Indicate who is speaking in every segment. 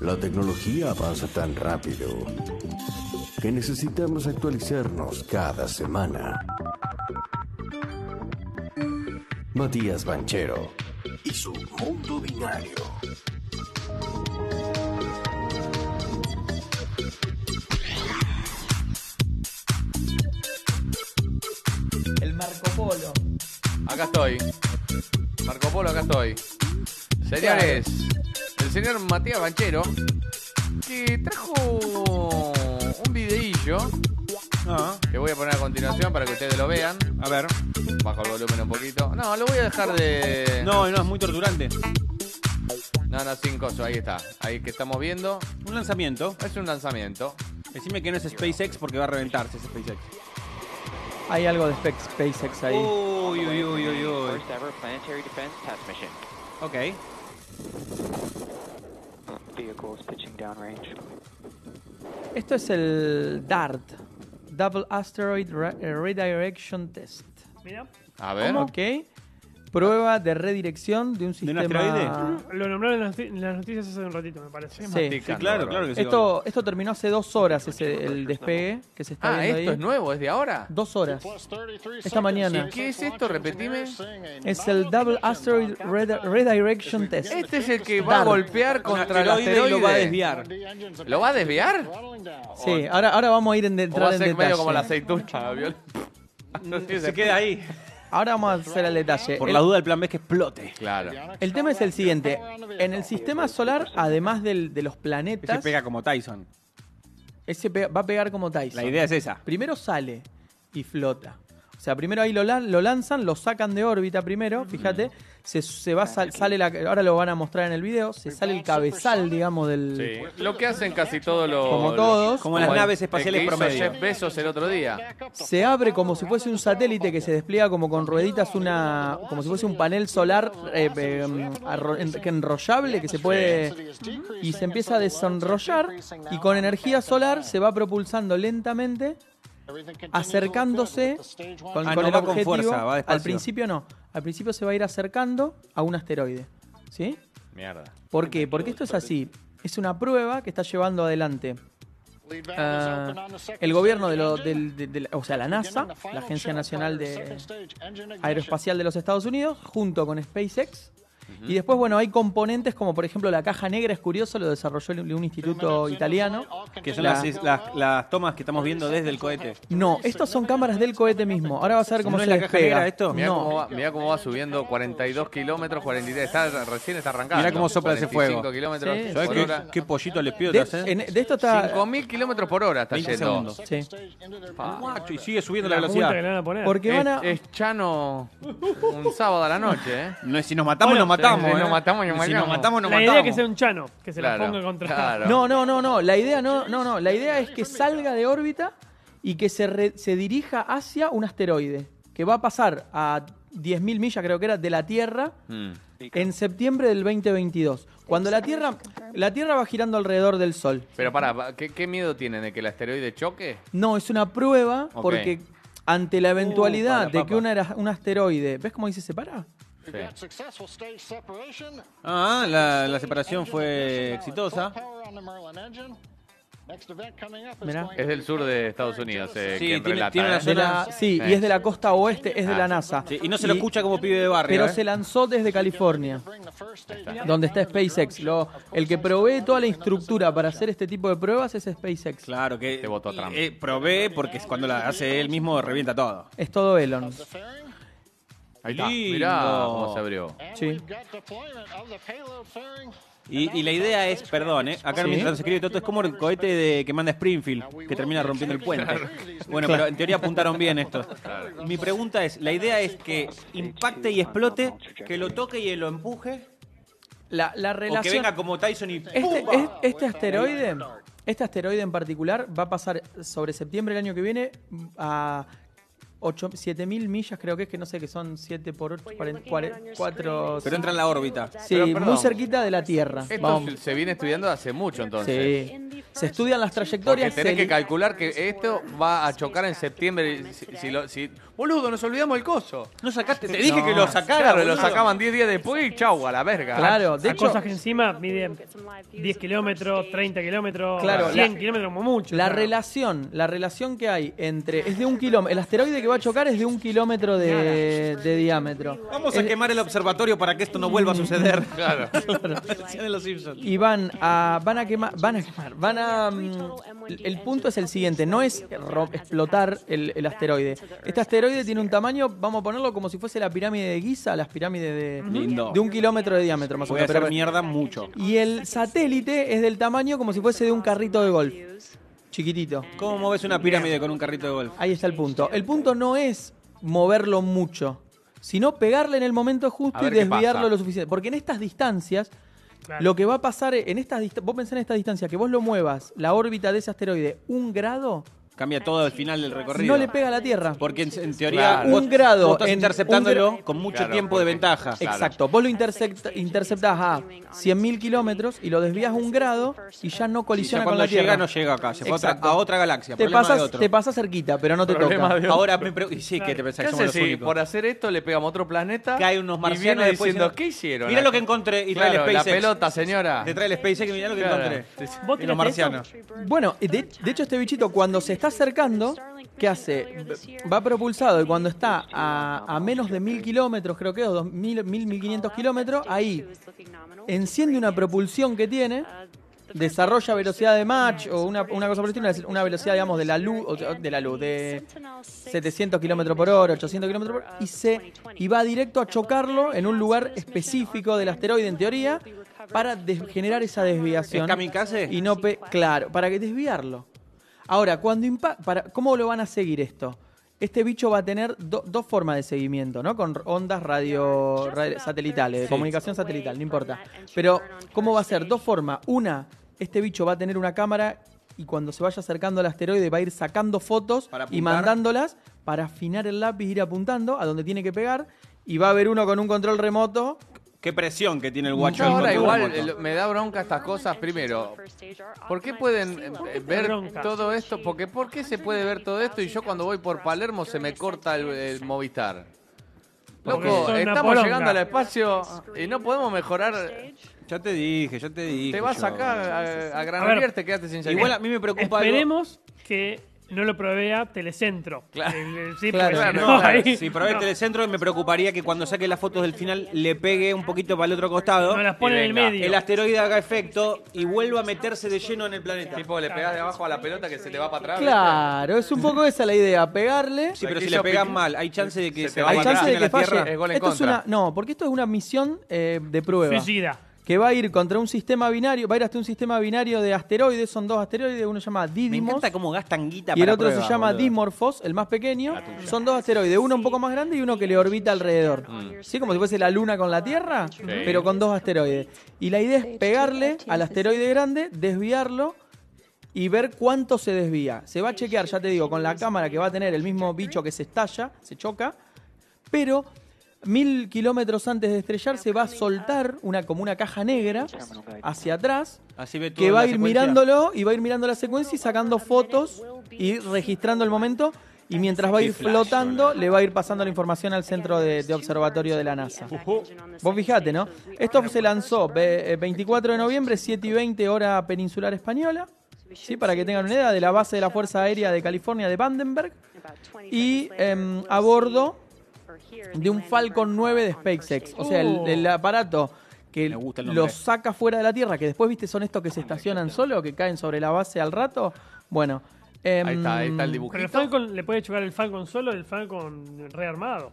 Speaker 1: La tecnología avanza tan rápido que necesitamos actualizarnos cada semana. Matías Banchero y su mundo binario.
Speaker 2: El Marco Polo.
Speaker 3: Acá estoy. Marco Polo, acá estoy. Señores, el señor Matías Banchero, que trajo un videillo
Speaker 4: Ah,
Speaker 3: que voy a poner a continuación para que ustedes lo vean.
Speaker 4: a ver.
Speaker 3: Bajo el volumen un poquito. No, lo voy a dejar de.
Speaker 4: No, no, es muy torturante.
Speaker 3: no, no, sin coso, ahí está. Ahí que estamos viendo.
Speaker 4: Un lanzamiento.
Speaker 3: Es un lanzamiento.
Speaker 4: Decime que no es SpaceX porque va a reventarse ese SpaceX.
Speaker 2: Hay algo de Spec- SpaceX ahí.
Speaker 4: Uy, uy, uy, uy, uy.
Speaker 5: First ever planetary defense test mission.
Speaker 4: Ok.
Speaker 5: Vehicle is pitching downrange.
Speaker 2: Esto es el DART. Double Asteroid Re- eh, Redirection Test.
Speaker 6: Mira,
Speaker 3: A ver.
Speaker 2: Ok. Prueba de redirección de un
Speaker 4: un
Speaker 2: sistema. Ah.
Speaker 3: Mm.
Speaker 4: asteroide?
Speaker 6: lo nombraron en las noti- en las noticias hace un ratito, me parece.
Speaker 2: Sí.
Speaker 4: Sí, claro, claro que sí. obvio.
Speaker 2: Esto, esto terminó hace dos horas ese, el despegue que se está
Speaker 3: Ah,
Speaker 2: viendo
Speaker 3: esto
Speaker 2: ahí.
Speaker 3: es nuevo, es de ahora.
Speaker 2: Dos horas.
Speaker 7: Esta mañana.
Speaker 2: ¿Y
Speaker 3: qué es esto? Repetime.
Speaker 2: Es el Double Asteroid Red- Redirection Test.
Speaker 3: Este es el que va a
Speaker 2: Dar.
Speaker 3: golpear contra el
Speaker 4: asteroide
Speaker 3: asteroide.
Speaker 4: y lo va a desviar.
Speaker 3: ¿Lo va a desviar?
Speaker 2: Sí, ahora, ahora vamos a ir en
Speaker 3: O va
Speaker 2: entrar
Speaker 3: a
Speaker 2: en
Speaker 3: ser medio como la
Speaker 2: detalle.
Speaker 3: aceituna, Viol-
Speaker 4: Se queda ahí.
Speaker 2: Ahora vamos a hacer el detalle.
Speaker 4: Por
Speaker 2: El-
Speaker 4: la duda, el plan B es que explote.
Speaker 3: Claro.
Speaker 2: El tema es el siguiente. En el sistema solar, además del- de los
Speaker 4: Que
Speaker 2: planetas,
Speaker 4: se pega como Tyson.
Speaker 2: ese pe- va a pegar como Tyson.
Speaker 4: La idea es esa.
Speaker 2: Primero sale y flota. O sea, primero ahí lo, lan- lo lanzan, lo sacan de órbita
Speaker 4: Mm.
Speaker 2: primero, fíjate. Se, se va, sal- sale la, ahora lo van a mostrar en el video. Se sale el cabezal, digamos, del...
Speaker 3: Sí. Lo que hacen casi todos los.
Speaker 4: Oh,
Speaker 2: Como todos.
Speaker 4: Como las
Speaker 3: el-
Speaker 4: naves espaciales
Speaker 3: el que hizo
Speaker 4: promedio.
Speaker 3: Jeff Bezos el otro día.
Speaker 2: Se abre como si fuese un satélite que se despliega como con rueditas, una, como si fuese un panel solar eh, eh, arro- en- que enrollable que se puede y se empieza a desenrollar y con energía solar se va propulsando lentamente, acercándose con,
Speaker 4: Ah,
Speaker 2: con
Speaker 4: no
Speaker 2: el
Speaker 4: va con
Speaker 2: objetivo.
Speaker 4: fuerza, va despacio.
Speaker 2: al principio no, al principio se va a ir acercando a un asteroide, ¿sí?
Speaker 3: Mierda.
Speaker 2: ¿Por qué? Porque esto es así. Es una prueba que está llevando adelante Ah, el gobierno de, lo- del- de- de la- o sea, la NASA, la Agencia Nacional de Aeroespacial de los Estados Unidos, junto con SpaceX. Y después, bueno, hay componentes como, por ejemplo, la caja negra, es curioso, lo desarrolló el- un instituto italiano.
Speaker 4: Que son
Speaker 2: La-
Speaker 4: las, las- las tomas que estamos viendo desde el cohete.
Speaker 2: No, estas son cámaras del cohete mismo. Ahora vas a ver cómo
Speaker 4: ¿No
Speaker 2: se
Speaker 4: es la caja
Speaker 2: despega.
Speaker 4: negra esto?
Speaker 3: Mirá, cómo
Speaker 2: No,
Speaker 3: va, mirá cómo va subiendo 42 kilómetros, 43. Está, recién está arrancando.
Speaker 4: Mirá cómo sopla ese fuego.
Speaker 3: 45 kilómetros
Speaker 2: Sí.
Speaker 4: ¿Sabes
Speaker 3: por
Speaker 4: qué,
Speaker 3: hora.
Speaker 4: qué pollito les pido?
Speaker 2: de,
Speaker 4: tras, eh?
Speaker 2: en- de esto está...
Speaker 3: 5.000 kilómetros por hora está
Speaker 4: 20
Speaker 3: yendo.
Speaker 4: segundos.
Speaker 2: Sí.
Speaker 4: Guacho, y sigue subiendo la
Speaker 6: La punta que le
Speaker 4: velocidad.
Speaker 6: van a poner.
Speaker 2: Porque van a...
Speaker 3: Es, es Chano un sábado a la noche, ¿eh?
Speaker 4: No, si nos matamos, nos
Speaker 3: si
Speaker 4: matamos. eh.
Speaker 3: nos matamos, nos
Speaker 4: Si nos
Speaker 3: matamos.
Speaker 4: matamos, nos
Speaker 6: la idea es que
Speaker 4: matamos.
Speaker 6: sea un chano, que se
Speaker 3: Claro,
Speaker 6: la ponga contra.
Speaker 3: claro.
Speaker 2: No, no, no, no. La idea no, no, no. La idea es que salga de órbita y que se, re- se dirija hacia un asteroide que va a pasar a 10.000 millas, creo que era, de la Tierra
Speaker 3: Mm.
Speaker 2: en septiembre del 2022. Cuando la Tierra, la Tierra va girando alrededor del Sol.
Speaker 3: Pero pará, ¿qué, qué miedo tienen de que el asteroide choque?
Speaker 2: No, es una prueba
Speaker 3: Ok.
Speaker 2: porque ante la eventualidad
Speaker 4: Uh, para
Speaker 2: de
Speaker 4: papa.
Speaker 2: que una era- un asteroide, ¿ves cómo dice separa?
Speaker 3: Sí.
Speaker 4: Ah, la, la separación fue exitosa.
Speaker 2: Mirá.
Speaker 3: Es del sur de Estados Unidos, eh,
Speaker 4: Sí,
Speaker 3: quien
Speaker 4: tiene-
Speaker 3: relata,
Speaker 4: tiene
Speaker 3: ¿eh?
Speaker 4: una
Speaker 2: De la- sí, y es de la costa oeste, es de la
Speaker 3: Ah.
Speaker 2: NASA.
Speaker 4: Sí, y no se lo escucha como pibe de barrio.
Speaker 2: Pero
Speaker 4: eh.
Speaker 2: se lanzó desde California. donde está SpaceX. Lo- el que provee toda la estructura para hacer este tipo de pruebas es SpaceX.
Speaker 4: Claro que
Speaker 3: Te votó Trump.
Speaker 4: eh, probé porque cuando la hace él mismo revienta todo.
Speaker 2: Es todo Elon.
Speaker 3: Ahí está.
Speaker 4: Lindo.
Speaker 3: Mirá cómo se abrió.
Speaker 2: Sí.
Speaker 4: Y, y la idea es, perdón, eh, acá
Speaker 2: Sí.
Speaker 4: mientras se escribe todo, es como el cohete de, que manda Springfield, que termina rompiendo el puente. Bueno, pero en teoría apuntaron bien esto. Mi pregunta es, la idea es que impacte y explote, que lo toque y lo empuje,
Speaker 2: La, la
Speaker 4: o que
Speaker 2: relación.
Speaker 4: venga como Tyson y
Speaker 2: Este,
Speaker 4: ¡pumba!
Speaker 2: es- este asteroide, este asteroide en particular, va mm, a pasar sobre septiembre del año que viene a ocho- 7000 millas, creo que es que no sé qué son 7 por 8, 4.
Speaker 4: Pero entra en la órbita.
Speaker 2: Sí,
Speaker 3: Pero,
Speaker 2: muy
Speaker 3: perdón.
Speaker 2: cerquita de la Tierra.
Speaker 3: Esto
Speaker 2: Vamos.
Speaker 3: se- se viene estudiando hace mucho entonces.
Speaker 2: Sí. Se estudian las
Speaker 3: Porque
Speaker 2: trayectorias.
Speaker 3: tenés
Speaker 2: se-
Speaker 3: que calcular que esto va a chocar en septiembre. y Si, si lo- si- Boludo, nos olvidamos el coso.
Speaker 4: No sacaste, te dije
Speaker 3: este No,
Speaker 4: que lo sacara,
Speaker 3: claro, lo
Speaker 4: boludo.
Speaker 3: sacaban 10 días después y chau, a la verga.
Speaker 2: Claro, de
Speaker 6: Hay
Speaker 2: hecho,
Speaker 6: cosas que encima miden 10 kilómetros, 30 kilómetros,
Speaker 2: Claro,
Speaker 6: 100
Speaker 2: la-
Speaker 6: kilómetros como mucho.
Speaker 2: la
Speaker 6: o sea,
Speaker 2: relación, la relación que hay entre es de un kilómetro, el asteroide que va a chocar es de un kilómetro de, de diámetro.
Speaker 4: Vamos a quemar el observatorio para que esto no vuelva a suceder.
Speaker 3: Claro.
Speaker 4: Decían en los Simpsons.
Speaker 2: y van a van a quemar van a quemar van a mm, el punto es el siguiente no es ro- explotar el, el asteroide este asteroide tiene un tamaño vamos a ponerlo como si fuese la pirámide de Giza las pirámides de
Speaker 4: Lindo.
Speaker 2: de un kilómetro de diámetro más o
Speaker 4: Voy a
Speaker 2: menos
Speaker 4: hacer
Speaker 2: pero-
Speaker 4: mierda mucho.
Speaker 2: y el satélite es del tamaño como si fuese de un carrito de golf chiquitito
Speaker 4: ¿Cómo moves una pirámide con un carrito de golf?
Speaker 2: Ahí está el punto. El punto no es moverlo mucho, sino pegarle en el momento
Speaker 3: A
Speaker 2: justo y
Speaker 3: ver qué
Speaker 2: desviarlo
Speaker 3: pasa.
Speaker 2: lo suficiente. Porque en estas distancias,
Speaker 6: Claro.
Speaker 2: lo que va a pasar en estas distancias, vos pensás en esta distancia, que vos lo muevas, la órbita de ese asteroide, un grado,
Speaker 4: Cambia todo el final del recorrido.
Speaker 2: no le pega a la Tierra.
Speaker 4: Porque en, en teoría
Speaker 3: Claro.
Speaker 4: vos-
Speaker 2: Un grado
Speaker 4: vos estás
Speaker 2: en-
Speaker 4: interceptándolo
Speaker 2: un gra-
Speaker 4: con mucho
Speaker 3: Claro,
Speaker 4: tiempo de
Speaker 3: porque-
Speaker 4: ventaja.
Speaker 3: Claro.
Speaker 2: Exacto, vos lo intersecta- interceptás a 100.000 kilómetros y lo desvías un grado y ya no
Speaker 4: Y ya
Speaker 2: colisiona con
Speaker 4: cuando
Speaker 2: la
Speaker 4: llega
Speaker 2: Tierra.
Speaker 4: no llega acá, se fue a otra-
Speaker 2: Exacto.
Speaker 4: a otra galaxia.
Speaker 2: te,
Speaker 4: problema de
Speaker 2: pasas,
Speaker 4: otro.
Speaker 2: te pasas cerquita, pero no te
Speaker 3: Problema
Speaker 2: toca.
Speaker 3: de-
Speaker 4: Ahora me pregunto, sí, ¿qué te pensás
Speaker 3: ¿Qué
Speaker 4: que somos
Speaker 3: haces
Speaker 4: los
Speaker 3: si
Speaker 4: únicos?
Speaker 3: por hacer esto le pegamos otro planeta?
Speaker 4: Cae unos
Speaker 3: y
Speaker 4: marcianos
Speaker 3: viene
Speaker 4: después
Speaker 3: diciendo,
Speaker 4: diciendo,
Speaker 3: ¿qué hicieron?
Speaker 4: "Mirá lo que encontré", y trae
Speaker 3: Claro,
Speaker 4: el
Speaker 3: la
Speaker 4: SpaceX.
Speaker 3: pelota, señora.
Speaker 4: Te trae el SpaceX y mirá lo que
Speaker 3: Claro.
Speaker 4: encontré.
Speaker 6: ¿Vos
Speaker 4: Y los
Speaker 6: tiraste eso?
Speaker 4: marcianos.
Speaker 2: Bueno, y de, de hecho este bichito cuando se está acercando, ¿qué hace? Va propulsado y cuando está a, a menos de mil kilómetros, creo que, o dos mil, mil, mil quinientos kilómetros, ahí enciende una propulsión que tiene, desarrolla velocidad de Mach o una, una cosa por el estilo, una- una velocidad, digamos, de la luz, o de la luz, de 700 kilómetros por hora, 800 kilómetros por hora, y, se, y va directo a chocarlo en un lugar específico del asteroide, en teoría, para des- generar esa desviación.
Speaker 4: ¿Es kamikaze?
Speaker 2: Y no pe- claro, para que desviarlo. Ahora, cuando impa- para, ¿cómo lo van a seguir esto? Este bicho va a tener do- dos formas de seguimiento, ¿no? Con ondas radio, radio- satelitales, de
Speaker 4: Sí.
Speaker 2: comunicación satelital, no importa. Pero, ¿cómo va a ser? Dos formas. Una, este bicho va a tener una cámara y cuando se vaya acercando al asteroide va a ir sacando fotos
Speaker 4: Para apuntar.
Speaker 2: y mandándolas para afinar el lápiz, ir apuntando a donde tiene que pegar. Y va a haber uno con un control remoto
Speaker 4: Qué presión que tiene el
Speaker 3: Yo
Speaker 4: guacho. del
Speaker 3: ahora
Speaker 4: control
Speaker 3: igual
Speaker 4: remoto.
Speaker 3: eh, me da bronca estas cosas. Primero, ¿por qué pueden eh,
Speaker 6: ¿Por qué te da
Speaker 3: ver
Speaker 6: bronca?
Speaker 3: todo esto? Porque ¿por qué se puede ver todo esto y yo cuando voy por Palermo se me corta el, el Movistar?
Speaker 6: Porque
Speaker 3: Loco,
Speaker 6: son una
Speaker 3: estamos
Speaker 6: poronga.
Speaker 3: llegando al espacio y no podemos mejorar.
Speaker 4: Ya te dije, ya te dije.
Speaker 3: Te vas
Speaker 4: yo.
Speaker 3: acá a, a Gran
Speaker 6: A ver,
Speaker 3: Javier, te quedaste sin señal.
Speaker 4: Igual a mí me preocupa algo-
Speaker 6: Esperemos que no lo provea Telecentro.
Speaker 3: Claro.
Speaker 6: El- el- sí,
Speaker 2: Claro,
Speaker 6: porque si
Speaker 3: claro,
Speaker 6: no,
Speaker 3: claro.
Speaker 6: ahí-
Speaker 4: Si probé el telecentro, me preocuparía que cuando saque las fotos del final le pegue un poquito para el otro costado.
Speaker 6: No las pone
Speaker 4: y
Speaker 6: en el
Speaker 4: venga,
Speaker 6: medio.
Speaker 4: El asteroide haga efecto y vuelva a meterse de lleno en el planeta.
Speaker 3: Tipo, le pegás de abajo a la pelota que se te va para atrás. ¿viste?
Speaker 2: Claro, es un poco esa la idea, pegarle.
Speaker 4: Sí, pero
Speaker 3: Aquí
Speaker 4: si
Speaker 3: yo
Speaker 4: le pegas
Speaker 3: pi-
Speaker 4: mal, hay chance de que
Speaker 3: se
Speaker 4: se,
Speaker 3: te va
Speaker 2: Hay
Speaker 3: a
Speaker 4: vaya
Speaker 2: chance de
Speaker 4: en la
Speaker 2: que
Speaker 4: Tierra.
Speaker 2: falle.
Speaker 3: Es gol en
Speaker 2: Esto es
Speaker 3: contra.
Speaker 2: una, no, porque esto es una misión eh, de prueba.
Speaker 6: Suicida.
Speaker 2: Que va a ir contra un sistema binario, va a ir hasta un sistema binario de asteroides, son dos asteroides, uno se llama
Speaker 4: Me
Speaker 2: Didymos
Speaker 4: encanta cómo gastan guita
Speaker 2: y el
Speaker 4: para
Speaker 2: otro
Speaker 4: pruebas,
Speaker 2: se llama
Speaker 4: boludo.
Speaker 2: Dimorphos, el más pequeño. Son dos asteroides, uno un poco más grande y uno que le orbita alrededor.
Speaker 4: Mm.
Speaker 2: Sí, como si fuese la Luna con la Tierra, pero con dos asteroides. Y la idea es pegarle al asteroide grande, desviarlo y ver cuánto se desvía. Se va a chequear, ya te digo, con la cámara que va a tener el mismo bicho que se estalla, se choca, pero mil kilómetros antes de estrellarse va a soltar una como una caja negra hacia atrás
Speaker 4: Así ve
Speaker 2: que
Speaker 4: toda
Speaker 2: va a
Speaker 4: la
Speaker 2: ir
Speaker 4: secuencia.
Speaker 2: mirándolo y va a ir mirando la secuencia y sacando fotos y registrando el momento y mientras va a ir
Speaker 4: Qué flash,
Speaker 2: flotando le va a ir pasando la información al centro de, de observatorio de la NASA. Vos fijate, ¿no? Esto se lanzó ve- eh, 24 de noviembre, 7 y 20 hora peninsular española, ¿sí? para que tengan una idea, de la base de la Fuerza Aérea de California de Vandenberg y em, a bordo de un Falcon 9 de SpaceX. O sea, el,
Speaker 6: Uh.
Speaker 2: el aparato que
Speaker 4: Me gusta el nombre.
Speaker 2: los saca fuera de la Tierra, que después, viste, son estos
Speaker 3: Ah,
Speaker 2: que se estacionan solo, que caen sobre la base al rato. Bueno. em,
Speaker 3: Ahí está, ahí está el
Speaker 6: Pero el
Speaker 3: dibujito.
Speaker 6: Falcon le puede chocar el Falcon solo, el Falcon rearmado.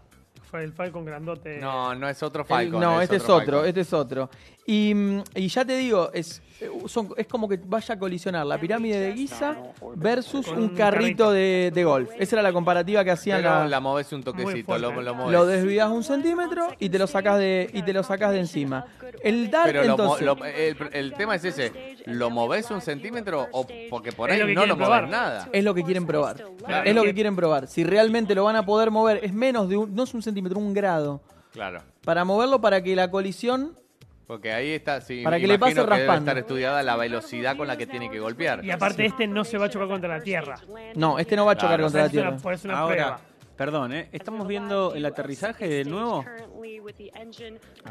Speaker 6: Fue el Falcon grandote.
Speaker 3: No, no es otro
Speaker 2: el-
Speaker 3: Falcon.
Speaker 2: no, este es otro,
Speaker 3: Falcon.
Speaker 2: este es otro. Y, mm, y ya te digo, es, eh, son- es como que vaya a colisionar la pirámide de Giza versus
Speaker 6: Con
Speaker 2: un
Speaker 6: un
Speaker 2: carrito
Speaker 6: carrito.
Speaker 2: de, de golf. Esa era la comparativa que hacían
Speaker 3: Pero
Speaker 2: la,
Speaker 3: la moves un toquecito,
Speaker 6: fuerte.
Speaker 3: lo, lo moves.
Speaker 2: Lo desviás un centímetro y te lo sacas de y te lo sacas de encima. El dar
Speaker 3: Pero lo mo-
Speaker 2: entonces
Speaker 3: lo- el, el tema es ese. ¿Lo movés un centímetro o porque por
Speaker 6: Es
Speaker 3: ahí
Speaker 6: lo que
Speaker 3: no lo
Speaker 6: quieren
Speaker 3: movés
Speaker 6: probar.
Speaker 3: nada?
Speaker 2: Es lo que quieren probar.
Speaker 3: Claro.
Speaker 2: Es lo que quieren probar. Si realmente lo van a poder mover, es menos de un, no es un centímetro, un grado.
Speaker 3: Claro.
Speaker 2: Para moverlo para que la colisión
Speaker 3: Porque ahí está, sí,
Speaker 2: Para que le
Speaker 3: imagino
Speaker 2: pase
Speaker 3: que debe
Speaker 2: raspando.
Speaker 3: estar estudiada la velocidad con la que tiene que golpear.
Speaker 6: Y aparte este no se va a chocar contra la tierra.
Speaker 2: No, este no va a chocar
Speaker 3: Claro.
Speaker 2: contra la
Speaker 6: Es una-
Speaker 2: Tierra.
Speaker 6: por eso es una
Speaker 4: Ahora,
Speaker 6: prueba.
Speaker 4: perdón, ¿eh? estamos viendo el aterrizaje de nuevo.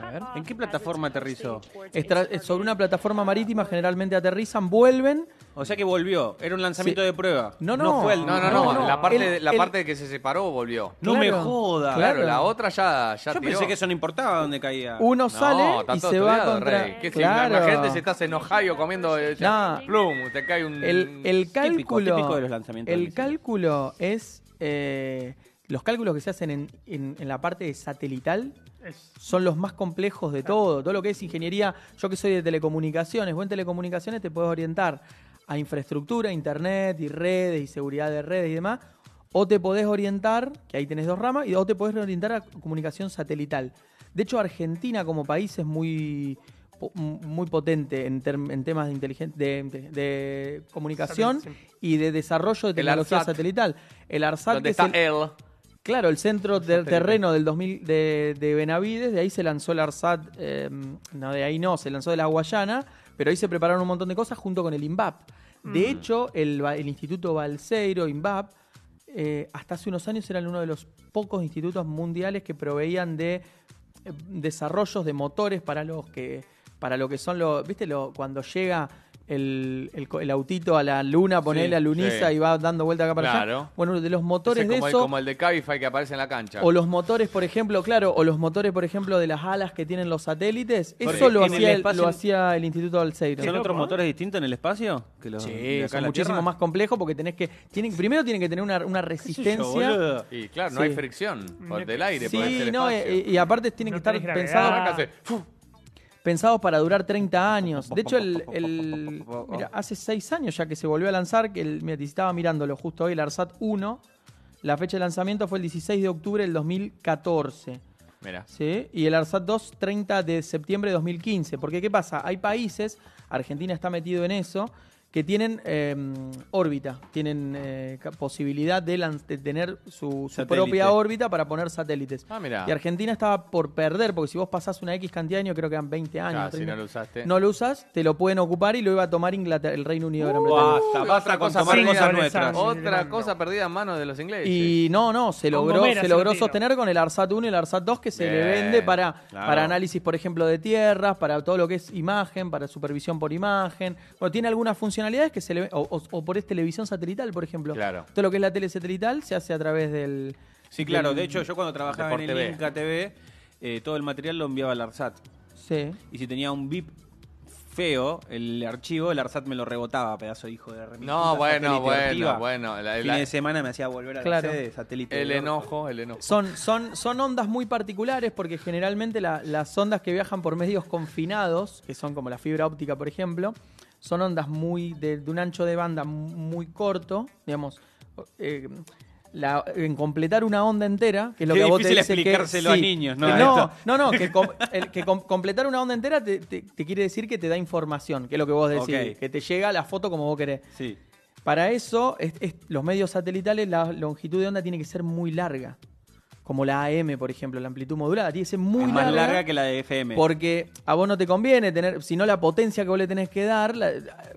Speaker 7: A ver,
Speaker 4: ¿en qué plataforma aterrizó?
Speaker 2: Estra- eh, sobre una plataforma marítima generalmente aterrizan, vuelven.
Speaker 4: O sea que volvió, era un lanzamiento
Speaker 2: Sí.
Speaker 4: de prueba.
Speaker 2: No, no.
Speaker 4: fue el-
Speaker 3: No, no, no,
Speaker 2: No, no.
Speaker 3: la parte,
Speaker 2: El-
Speaker 3: de- la
Speaker 2: el-
Speaker 3: parte de que se separó volvió.
Speaker 4: No
Speaker 2: Claro.
Speaker 4: me joda.
Speaker 2: Claro.
Speaker 3: Claro, la otra ya, ya
Speaker 4: Yo
Speaker 3: tiró.
Speaker 4: pensé que eso no importaba dónde caía.
Speaker 2: Uno sale
Speaker 3: está
Speaker 2: y
Speaker 3: todo
Speaker 2: se va
Speaker 3: estudiado,
Speaker 2: contra.
Speaker 3: Rey. Que
Speaker 2: Claro.
Speaker 3: si imagínate si estás en Ohio comiendo... eh, ya-
Speaker 2: No.
Speaker 3: Plum, te cae un...
Speaker 2: el, el cálculo.
Speaker 4: típico de los lanzamientos de
Speaker 2: el
Speaker 4: misiles.
Speaker 2: cálculo es. eh, los cálculos que se hacen en, en- en la parte de satelital
Speaker 6: Es-
Speaker 2: son los más complejos de todo. Todo lo que es ingeniería, yo que soy de telecomunicaciones, vos en telecomunicaciones te puedes orientar a infraestructura, internet y redes y seguridad de redes y demás. O te podés orientar, que ahí tenés dos ramas, y o te podés orientar a comunicación satelital. De hecho, Argentina como país es muy, po- muy potente en, term- en temas de, inteligen- de, de- de comunicación
Speaker 6: Satel- sí.
Speaker 2: y de desarrollo de
Speaker 3: El
Speaker 2: tecnología
Speaker 3: ARSAT.
Speaker 2: satelital. El ARSAT,
Speaker 3: Donde
Speaker 2: que es
Speaker 3: está
Speaker 2: el-
Speaker 3: él.
Speaker 2: Claro, el centro del terreno del 2000 de, de Benavides, de ahí se lanzó el ARSAT, eh, no, de ahí no, se lanzó de la Guayana, pero ahí se prepararon un montón de cosas junto con el INVAP. De
Speaker 3: Mm.
Speaker 2: hecho, el, ba- el Instituto Balseiro, INVAP, eh, hasta hace unos años eran uno de los pocos institutos mundiales que proveían de eh, desarrollos de motores para los que para lo que son los, viste, lo, cuando llega el, el co- el autito a la luna, ponele
Speaker 3: Sí,
Speaker 2: la luniza
Speaker 3: sí.
Speaker 2: y va dando vuelta acá para
Speaker 3: Claro.
Speaker 2: allá. Bueno, de los motores
Speaker 3: Ese
Speaker 2: de
Speaker 3: como, el,
Speaker 2: eso
Speaker 3: como el de Cabify que aparece en la cancha.
Speaker 2: o los motores, por ejemplo, claro, o los motores, por ejemplo, de las alas que tienen los satélites, eso
Speaker 4: Porque
Speaker 2: lo
Speaker 4: en el
Speaker 2: hacía, el,
Speaker 4: espacio-
Speaker 2: lo hacía el Instituto Balseiro.
Speaker 4: ¿Son
Speaker 6: loco,
Speaker 4: otros
Speaker 6: ¿eh?
Speaker 4: motores distintos en el espacio? Que los
Speaker 2: Sí,
Speaker 4: de acá
Speaker 2: son
Speaker 4: a la
Speaker 2: muchísimo
Speaker 4: Tierra?
Speaker 2: más complejo porque tenés que. Tienen, primero tienen que tener una, una
Speaker 4: ¿Qué sé yo,
Speaker 2: resistencia.
Speaker 4: boludo?
Speaker 3: Y claro, no
Speaker 2: Sí. Mm.
Speaker 3: hay fricción por del aire, por
Speaker 2: sí,
Speaker 3: el
Speaker 2: no, eh, ah.
Speaker 3: espacio.
Speaker 2: y, y aparte tienen
Speaker 6: No
Speaker 2: que estar
Speaker 6: tenés gravedad.
Speaker 2: pensados,
Speaker 3: Hace-
Speaker 2: pensados para durar 30 años. De hecho, el, el- mira, hace 6 años ya que se volvió a lanzar, que el, mira, te estaba mirándolo justo hoy, el ARSAT 1. La fecha de lanzamiento fue el 16 de octubre del 2014.
Speaker 3: Mira.
Speaker 2: Sí, y el ARSAT 2, 30 de septiembre de 2015. Porque, ¿qué pasa? Hay países, Argentina está metido en eso, que tienen eh, órbita, tienen eh, ca- posibilidad de, lan- de tener su, su
Speaker 4: Satélite.
Speaker 2: propia órbita para poner satélites.
Speaker 3: Ah, mirá.
Speaker 2: Y Argentina estaba por perder, porque si vos pasás una X cantidad de años, creo que eran 20 años.
Speaker 3: Claro, si
Speaker 2: 30.
Speaker 3: no lo usaste.
Speaker 2: No lo usas, te lo pueden ocupar y lo iba a tomar Inglaterra, el Reino Unido de
Speaker 3: Uh,
Speaker 2: Gran Bretaña.
Speaker 4: Basta, basta
Speaker 3: otra
Speaker 4: con
Speaker 3: cosa
Speaker 4: tomar
Speaker 6: sin
Speaker 4: cosas
Speaker 6: saber
Speaker 4: nuestras.
Speaker 6: esa-
Speaker 3: Otra cosa perdida en manos de los ingleses.
Speaker 2: Y no, no, se
Speaker 6: Con
Speaker 2: logró,
Speaker 6: gomera
Speaker 2: se
Speaker 6: se
Speaker 2: logró
Speaker 6: metieron.
Speaker 2: sostener con el ARSAT 1 y el ARSAT 2 que se le
Speaker 3: Bien,
Speaker 2: vende para,
Speaker 4: claro.
Speaker 2: para análisis, por ejemplo, de tierras, para todo lo que es imagen, para supervisión por imagen. Bueno, tiene algunas funcionalidades que se le ve- o, o- o por es televisión satelital, por ejemplo.
Speaker 3: Claro.
Speaker 2: Todo lo que es la tele satelital se hace a través del...
Speaker 4: Sí, claro. De hecho, yo cuando trabajaba en
Speaker 3: Deporte
Speaker 4: el
Speaker 3: B.
Speaker 4: Inca TV, eh, todo el material lo enviaba al ARSAT.
Speaker 2: Sí.
Speaker 4: Y si tenía un VIP feo, el archivo, el ARSAT me lo rebotaba, pedazo de hijo de remil.
Speaker 3: No,
Speaker 4: Puta
Speaker 3: bueno,
Speaker 4: satélite
Speaker 3: bueno,
Speaker 4: ortiva.
Speaker 3: bueno. La-
Speaker 4: Fines
Speaker 3: la-
Speaker 4: de semana me hacía volver a
Speaker 2: Claro.
Speaker 4: la sede de satélite.
Speaker 3: el
Speaker 4: del orto.
Speaker 3: enojo, el enojo.
Speaker 2: Son, son, son ondas muy particulares porque generalmente la- las ondas que viajan por medios confinados, que son como la fibra óptica, por ejemplo, son ondas muy de, de un ancho de banda muy corto, digamos. eh, la- en completar una onda entera, que es lo
Speaker 4: Qué
Speaker 2: que a vos te
Speaker 4: difícil
Speaker 2: dice que-
Speaker 4: explicárselo a niños, ¿no?
Speaker 2: que
Speaker 4: Esto.
Speaker 2: no, no, no, que, com- el que com- completar una onda entera te, te- te quiere decir que te da información, que es lo que vos decís,
Speaker 4: Ok.
Speaker 2: que te llega la foto como vos querés.
Speaker 4: Sí.
Speaker 2: Para eso, es- es- los medios satelitales, la longitud de onda tiene que ser muy larga. Como la AM, por ejemplo, la amplitud modulada, tiene que ser muy
Speaker 4: Es
Speaker 2: larga.
Speaker 4: más larga que la de FM.
Speaker 2: Porque a vos no te conviene tener, si no la potencia que vos le tenés que dar, la-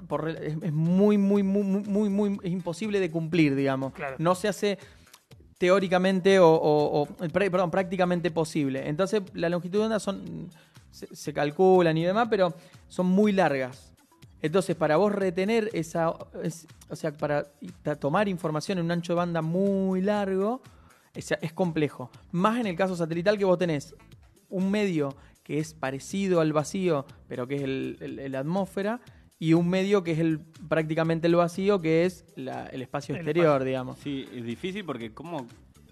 Speaker 2: por- es, es muy, muy, muy, muy, muy, muy- es imposible de cumplir, digamos.
Speaker 6: Claro.
Speaker 2: No se hace teóricamente o, o- o- pre- perdón, prácticamente posible. Entonces, la longitud de onda son, se, se calculan y demás, pero son muy largas. Entonces, para vos retener esa, es- o sea, para ta- tomar información en un ancho de banda muy largo, es, es complejo. Más en el caso satelital que vos tenés un medio que es parecido al vacío, pero que es el- el- la atmósfera, y un medio que es el, prácticamente el vacío, que es la- el espacio
Speaker 6: El
Speaker 2: exterior, digamos.
Speaker 4: Sí, es difícil porque como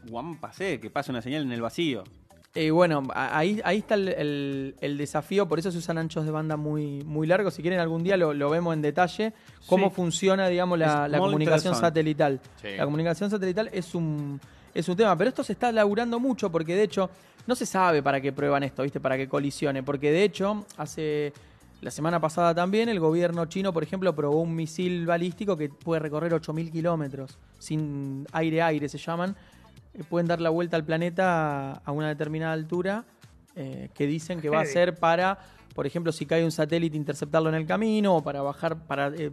Speaker 4: Juan pasé, que pasa una señal en el vacío.
Speaker 2: Y Eh, bueno, a- ahí, ahí está el, el- el desafío, por eso se usan anchos de banda muy, muy largos. Si quieren algún día lo, lo vemos en detalle, cómo
Speaker 4: Sí.
Speaker 2: funciona, digamos, la,
Speaker 4: Es
Speaker 2: la
Speaker 4: muy
Speaker 2: comunicación
Speaker 4: interesante.
Speaker 2: satelital.
Speaker 3: Sí.
Speaker 2: La comunicación satelital es un, es un tema, pero esto se está laburando mucho porque de hecho no se sabe para qué prueban esto, ¿viste? Para que colisione, porque de hecho hace La semana pasada también el gobierno chino, por ejemplo, probó un misil balístico que puede recorrer 8.000 kilómetros, sin aire-aire se llaman. Eh, Pueden dar la vuelta al planeta a una determinada altura eh, que dicen que va a
Speaker 6: Heavy.
Speaker 2: ser para, por ejemplo, si cae un satélite, interceptarlo en el camino o para bajar, para eh,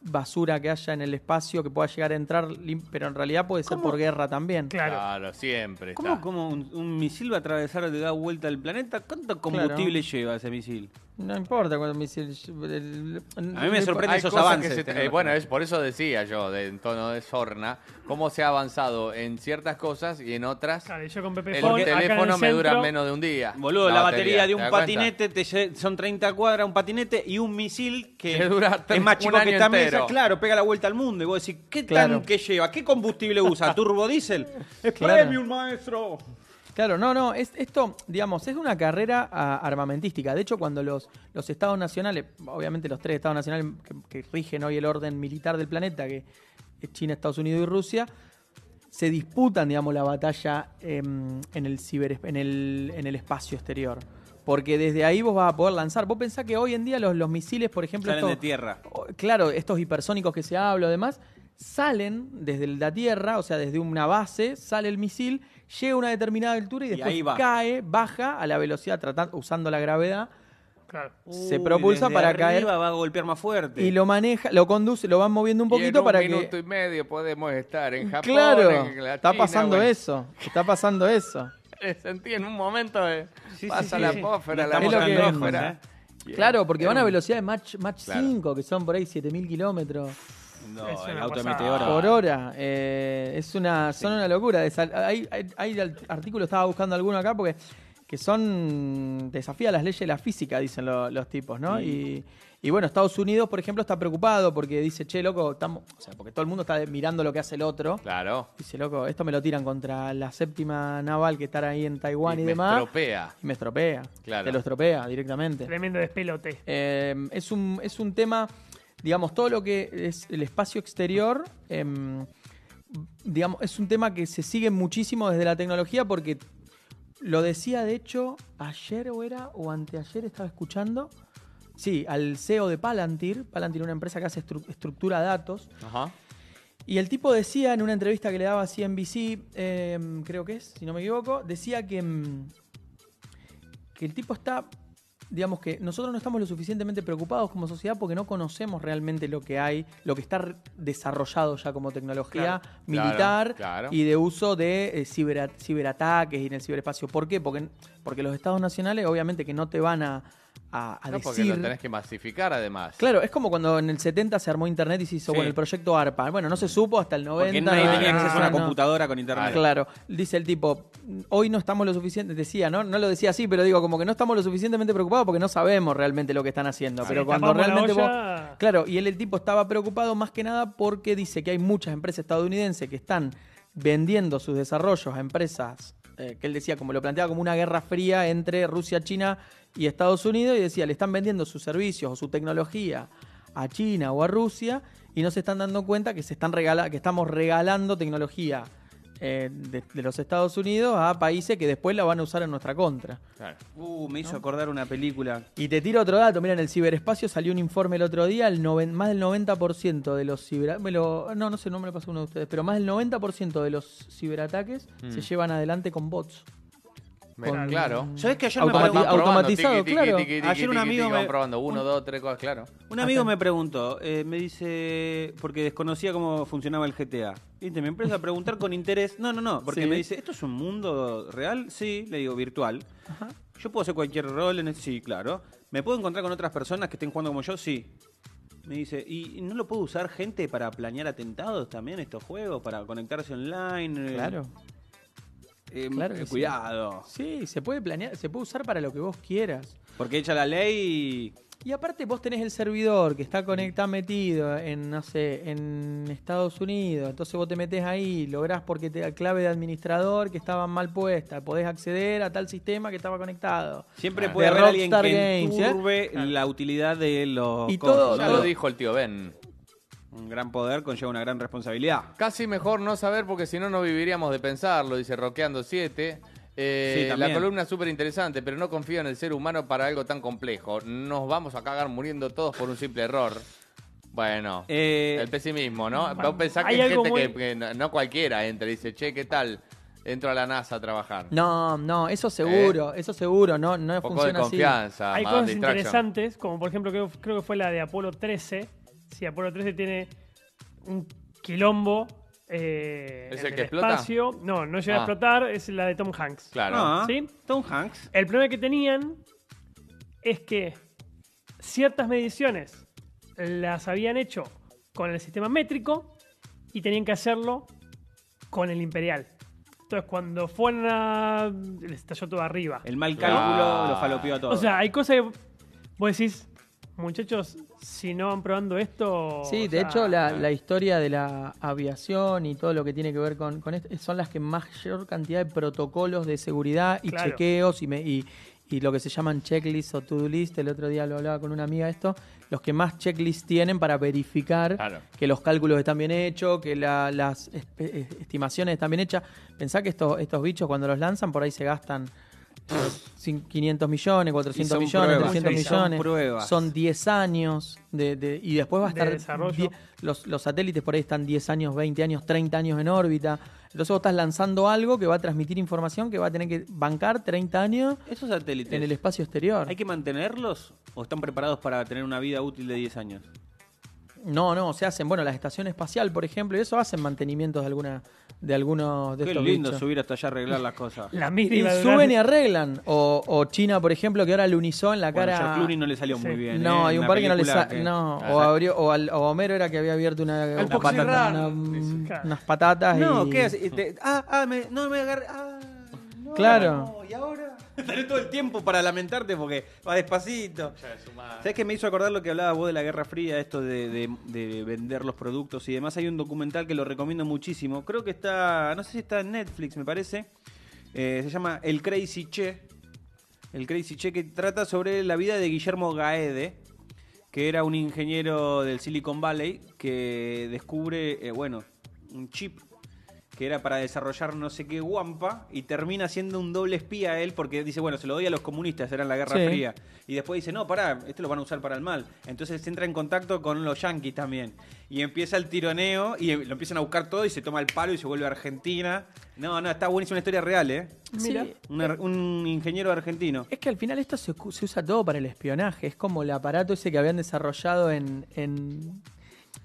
Speaker 2: basura que haya en el espacio que pueda llegar a entrar, lim- pero en realidad puede ser por guerra también.
Speaker 6: Claro.
Speaker 3: siempre.
Speaker 4: ¿Cómo,
Speaker 3: está.
Speaker 4: cómo un, un misil va a atravesar de da vuelta al planeta? ¿Cuánto combustible lleva ese misil?
Speaker 2: No importa cuando me dice el- el-
Speaker 4: A mí me
Speaker 2: el-
Speaker 4: sorprende
Speaker 3: Hay
Speaker 4: esos
Speaker 3: cosas
Speaker 4: avances
Speaker 3: que se- eh,
Speaker 4: tecnológicos.
Speaker 3: bueno, es, por eso decía yo, de, en tono de sorna, cómo se ha avanzado en ciertas cosas y en otras.
Speaker 6: Claro, y yo con Pepe
Speaker 3: El
Speaker 6: Fon, acá en el
Speaker 3: teléfono me dura
Speaker 6: centro,
Speaker 3: menos de un día.
Speaker 4: Boludo, la, batería, de
Speaker 3: ¿te
Speaker 4: un
Speaker 3: das cuenta?
Speaker 4: patinete te lle- son 30 cuadras, un patinete y un misil que,
Speaker 3: Que dura tres-
Speaker 4: es más chico
Speaker 3: un año
Speaker 4: que esta mesa,
Speaker 3: entero.
Speaker 4: claro, pega la vuelta al mundo. Y vos decís, ¿qué
Speaker 2: Claro.
Speaker 4: tanque lleva? ¿Qué combustible usa? ¿Turbodiesel? ¡Es
Speaker 2: Claro.
Speaker 4: premium, maestro!
Speaker 2: Claro, no, no, es, esto, digamos, es una carrera ah, armamentística. De hecho, cuando los, los estados nacionales, obviamente los tres estados nacionales que, que rigen hoy el orden militar del planeta, que es China, Estados Unidos y Rusia, se disputan, digamos, la batalla em, en, el ciber, en, el, en el espacio exterior. Porque desde ahí vos vas a poder lanzar. Vos pensás que hoy en día los, los misiles, por ejemplo,
Speaker 4: Salen de
Speaker 2: estos-
Speaker 4: tierra.
Speaker 2: o- claro, estos hipersónicos que se habla, además, salen desde la Tierra, o sea, desde una base, sale el misil, llega a una determinada altura y después
Speaker 4: ahí va.
Speaker 2: cae, baja a la velocidad, tratando, usando la gravedad,
Speaker 6: claro.
Speaker 2: se propulsa para caer
Speaker 4: va a golpear más fuerte.
Speaker 2: y lo maneja, lo conduce, lo van moviendo un
Speaker 3: Y en
Speaker 2: poquito para
Speaker 3: Un minuto y
Speaker 2: que.
Speaker 3: medio podemos estar en Japón.
Speaker 2: claro,
Speaker 3: en la
Speaker 2: está
Speaker 3: China,
Speaker 2: pasando
Speaker 3: bueno.
Speaker 2: eso, está pasando eso.
Speaker 3: Sentí en un momento eh,
Speaker 4: Sí,
Speaker 3: pasa
Speaker 4: sí,
Speaker 3: la
Speaker 4: sí.
Speaker 3: pósfera,
Speaker 4: No
Speaker 3: la
Speaker 4: estamos
Speaker 2: tan lejos,
Speaker 3: pósfera.
Speaker 2: Claro, porque van a velocidades Mach, Mach
Speaker 3: Claro.
Speaker 2: 5, que son por ahí 7000 kilómetros.
Speaker 4: No,
Speaker 6: Es
Speaker 4: el
Speaker 6: una
Speaker 4: auto de
Speaker 6: pasada.
Speaker 4: meteora.
Speaker 2: Por hora. eh, es una, son una locura. de sal- hay, hay, hay al- artículos, estaba buscando alguno acá porque que son desafía las leyes de la física, dicen lo- los tipos, ¿no? Y, y bueno, Estados Unidos, por ejemplo, está preocupado porque dice, che, loco, estamos, o sea, porque todo el mundo está mirando lo que hace el otro.
Speaker 3: Claro.
Speaker 2: Dice, loco, esto me lo tiran contra la séptima naval que estará ahí en Taiwán y,
Speaker 3: Y me
Speaker 2: demás.
Speaker 3: estropea.
Speaker 2: Y me estropea.
Speaker 3: Claro.
Speaker 2: Te lo estropea directamente.
Speaker 6: Tremendo despelote.
Speaker 2: Eh, es, un, es un tema, digamos, todo lo que es el espacio exterior, em, digamos, es un tema que se sigue muchísimo desde la tecnología porque lo decía, de hecho, ayer o era, o anteayer estaba escuchando, sí, al CEO de Palantir, Palantir, una empresa que hace estru- estructura datos,
Speaker 3: Ajá.
Speaker 2: y el tipo decía en una entrevista que le daba a CNBC, eh, creo que es, si no me equivoco, decía que, mm, que el tipo está, digamos que nosotros no estamos lo suficientemente preocupados como sociedad porque no conocemos realmente lo que hay, lo que está re- desarrollado ya como tecnología militar
Speaker 3: Claro, claro.
Speaker 2: y de uso de eh, cibera- ciberataques y en el ciberespacio. ¿Por qué? Porque, porque los estados nacionales obviamente que no te van a, a- a
Speaker 3: No, porque
Speaker 2: decir...
Speaker 3: lo tenés que masificar además.
Speaker 2: Claro, es como cuando en el 70 se armó Internet y se hizo
Speaker 3: Sí.
Speaker 2: bueno, el proyecto ARPA. Bueno, no se supo hasta el 90.
Speaker 4: Porque nadie
Speaker 2: no,
Speaker 4: tenía
Speaker 2: no,
Speaker 4: acceso a una
Speaker 2: no.
Speaker 4: computadora con internet.
Speaker 2: Claro, dice el tipo, hoy no estamos lo suficiente, decía, ¿no? No lo decía así, pero digo, como que no estamos lo suficientemente preocupados porque no sabemos realmente lo que están haciendo. Pero
Speaker 6: le
Speaker 2: cuando
Speaker 6: tapamos la
Speaker 2: realmente vos-
Speaker 6: olla.
Speaker 2: Claro, y él el tipo estaba preocupado más que nada porque dice que hay muchas empresas estadounidenses que están vendiendo sus desarrollos a empresas eh, que él decía, como lo planteaba como una guerra fría entre Rusia, China y Estados Unidos, y decía, le están vendiendo sus servicios o su tecnología a China o a Rusia y no se están dando cuenta que se están regala que estamos regalando tecnología eh, de, de los Estados Unidos a países que después la van a usar en nuestra contra.
Speaker 3: Claro.
Speaker 4: Uh, me hizo acordar una película.
Speaker 2: Y te tiro otro dato, mira, en el ciberespacio salió un informe el otro día, el noven- más del 90% de los ciberataques, no, no sé, no me lo pasó uno de ustedes, pero más del 90% de los ciberataques se llevan adelante con bots.
Speaker 3: Mira, claro.
Speaker 4: ¿Sabés que ayer me
Speaker 2: Automati-
Speaker 4: preguntó-
Speaker 3: Van probando,
Speaker 2: automatizado,
Speaker 3: tiqui, tiqui,
Speaker 2: claro.
Speaker 3: tiqui, tiqui,
Speaker 4: Ayer un
Speaker 3: tiqui,
Speaker 4: amigo
Speaker 3: tiqui, van
Speaker 4: me-
Speaker 3: probando uno, dos, tres cosas, claro.
Speaker 4: Un amigo me preguntó, eh, me dice, porque desconocía cómo funcionaba el GTA. Viste, me empieza a preguntar con interés. No, no, no, porque
Speaker 2: Sí.
Speaker 4: me dice, ¿esto es un mundo real? Sí, le digo, virtual. Yo puedo hacer cualquier rol en el... Sí, claro. ¿Me puedo encontrar con otras personas que estén jugando como yo? Sí. Me dice, ¿y no lo puedo usar gente para planear atentados también estos juegos? Para conectarse online. eh,
Speaker 2: Claro.
Speaker 4: eh,
Speaker 2: claro
Speaker 4: eh,
Speaker 2: que sí.
Speaker 4: cuidado.
Speaker 2: Sí, se puede planear, se puede usar para lo que vos quieras.
Speaker 4: Porque echa la ley y...
Speaker 2: Y aparte vos tenés el servidor que está conectado, metido en, no sé, en Estados Unidos, entonces vos te metés ahí, lográs porque te da clave de administrador que estaba mal puesta, podés acceder a tal sistema que estaba conectado.
Speaker 4: Siempre
Speaker 3: Claro.
Speaker 4: puede
Speaker 2: De
Speaker 4: haber alguien
Speaker 2: Rockstar
Speaker 4: que
Speaker 2: Games, ¿eh?
Speaker 4: enturbe la utilidad de los
Speaker 2: Y
Speaker 4: cosas.
Speaker 2: todo-
Speaker 3: Ya
Speaker 2: todo-
Speaker 3: lo dijo el tío Ben.
Speaker 4: Un gran poder conlleva una gran responsabilidad.
Speaker 3: Casi mejor no saber porque si no, no viviríamos de pensarlo, dice Roqueando 7. Eh,
Speaker 4: Sí,
Speaker 3: la
Speaker 4: también.
Speaker 3: columna es súper interesante, pero no confío en el ser humano para algo tan complejo. Nos vamos a cagar muriendo todos por un simple error. Bueno,
Speaker 4: Eh,
Speaker 3: el pesimismo, ¿no? Vos pensás que
Speaker 6: hay
Speaker 3: hay
Speaker 6: algo
Speaker 3: gente que,
Speaker 6: muy-
Speaker 3: que no no cualquiera entra y dice, che, ¿qué tal? Entro a la NASA a trabajar.
Speaker 2: No, no, eso seguro, eso seguro, no, no
Speaker 3: Un ¿Eh? poco de
Speaker 2: funciona así.
Speaker 3: confianza,
Speaker 6: Hay
Speaker 3: más
Speaker 6: cosas
Speaker 3: distracción.
Speaker 6: interesantes, como por ejemplo, creo, creo que fue la de Apolo 13. Si Apolo 13 tiene un quilombo. eh,
Speaker 3: ¿Es
Speaker 6: en
Speaker 3: el que explota?
Speaker 6: espacio. No, no llega
Speaker 3: Ah.
Speaker 6: a explotar, es la de Tom Hanks.
Speaker 3: Claro.
Speaker 4: Ah,
Speaker 6: ¿Sí?
Speaker 4: Tom Hanks.
Speaker 6: El problema que tenían es que ciertas mediciones las habían hecho con el sistema métrico y tenían que hacerlo con el imperial. Entonces, cuando fueron a. les estalló todo arriba.
Speaker 4: El mal
Speaker 3: Claro.
Speaker 4: cálculo lo falopió a todos.
Speaker 6: O sea, hay cosas que vos decís, muchachos, si no van probando esto.
Speaker 2: Sí,
Speaker 6: o
Speaker 2: de
Speaker 6: sea,
Speaker 2: hecho, la, la historia de la aviación y todo lo que tiene que ver con, con esto son las que mayor cantidad de protocolos de seguridad y
Speaker 6: Claro.
Speaker 2: chequeos y, me- y, y lo que se llaman checklists o to-do list. El otro día lo hablaba con una amiga esto. Los que más checklists tienen para verificar
Speaker 3: Claro.
Speaker 2: que los cálculos están bien hechos, que la- las espe- eh, estimaciones están bien hechas. Pensá que estos, estos bichos cuando los lanzan por ahí se gastan cin- 500 millones, 400
Speaker 4: son
Speaker 2: millones,
Speaker 4: pruebas.
Speaker 2: 300
Speaker 4: Y son
Speaker 2: millones.
Speaker 4: pruebas.
Speaker 2: Son 10 años de, de- y después va a
Speaker 6: De
Speaker 2: estar
Speaker 6: desarrollo.
Speaker 2: die- los, los satélites por ahí están 10 años, 20 años, 30 años en órbita. Entonces vos estás lanzando algo que va a transmitir información que va a tener que bancar 30 años
Speaker 4: Esos satélites.
Speaker 2: en el espacio exterior.
Speaker 4: ¿Hay que mantenerlos o están preparados para tener una vida útil de 10 años?
Speaker 2: No, no, se hacen, bueno, la estación espacial, por ejemplo, y eso hacen mantenimientos de alguna de algunos de
Speaker 4: Qué
Speaker 2: estos
Speaker 4: lindo
Speaker 2: bichos.
Speaker 4: subir hasta allá a arreglar las cosas.
Speaker 6: La
Speaker 2: Y
Speaker 6: mira
Speaker 2: suben y arreglan. O, o China, por ejemplo, que ahora le unizó en la
Speaker 4: Bueno,
Speaker 2: cara.
Speaker 4: George Clooney no le salió muy
Speaker 6: Sí.
Speaker 4: bien.
Speaker 2: No,
Speaker 4: ¿eh?
Speaker 2: hay un
Speaker 4: Una
Speaker 2: par que no le
Speaker 4: película
Speaker 2: sa-
Speaker 4: que-
Speaker 2: no,
Speaker 3: Ah,
Speaker 2: o
Speaker 3: sa-
Speaker 2: abrió, o, al- o Homero era que había abierto una, una
Speaker 3: Foxy
Speaker 2: patata,
Speaker 3: Run.
Speaker 2: una-
Speaker 3: Sí, sí.
Speaker 6: Claro.
Speaker 2: unas patatas
Speaker 4: No,
Speaker 2: y-
Speaker 4: ¿qué hace? Te- Ah, ah, me- no me agarré. Ah, no,
Speaker 2: Claro.
Speaker 4: no, ¿Y ahora? Tenés todo el tiempo para lamentarte porque va despacito. ¿Sabes que me hizo acordar lo que hablaba vos de la Guerra Fría, esto de, de- de vender los productos y demás? Hay un documental que lo recomiendo muchísimo. Creo que está, no sé si está en Netflix, me parece. Eh, se llama El Crazy Che. El Crazy Che que trata sobre la vida de Guillermo Gaede, que era un ingeniero del Silicon Valley que descubre, eh, bueno, un chip que era para desarrollar no sé qué guampa y termina siendo un doble espía a él porque dice, bueno, se lo doy a los comunistas, era en la Guerra
Speaker 2: Sí.
Speaker 4: Fría. Y después dice, no, pará, este lo van a usar para el mal. Entonces entra en contacto con los yanquis también. Y empieza el tironeo y eh, lo empiezan a buscar todo y se toma el palo y se vuelve a Argentina. No, no, está buenísima una historia real, ¿eh?
Speaker 2: Sí,
Speaker 6: Mira.
Speaker 4: Un, ar- un ingeniero argentino.
Speaker 2: Es que al final esto se, cu- se usa todo para el espionaje. Es como el aparato ese que habían desarrollado en. en-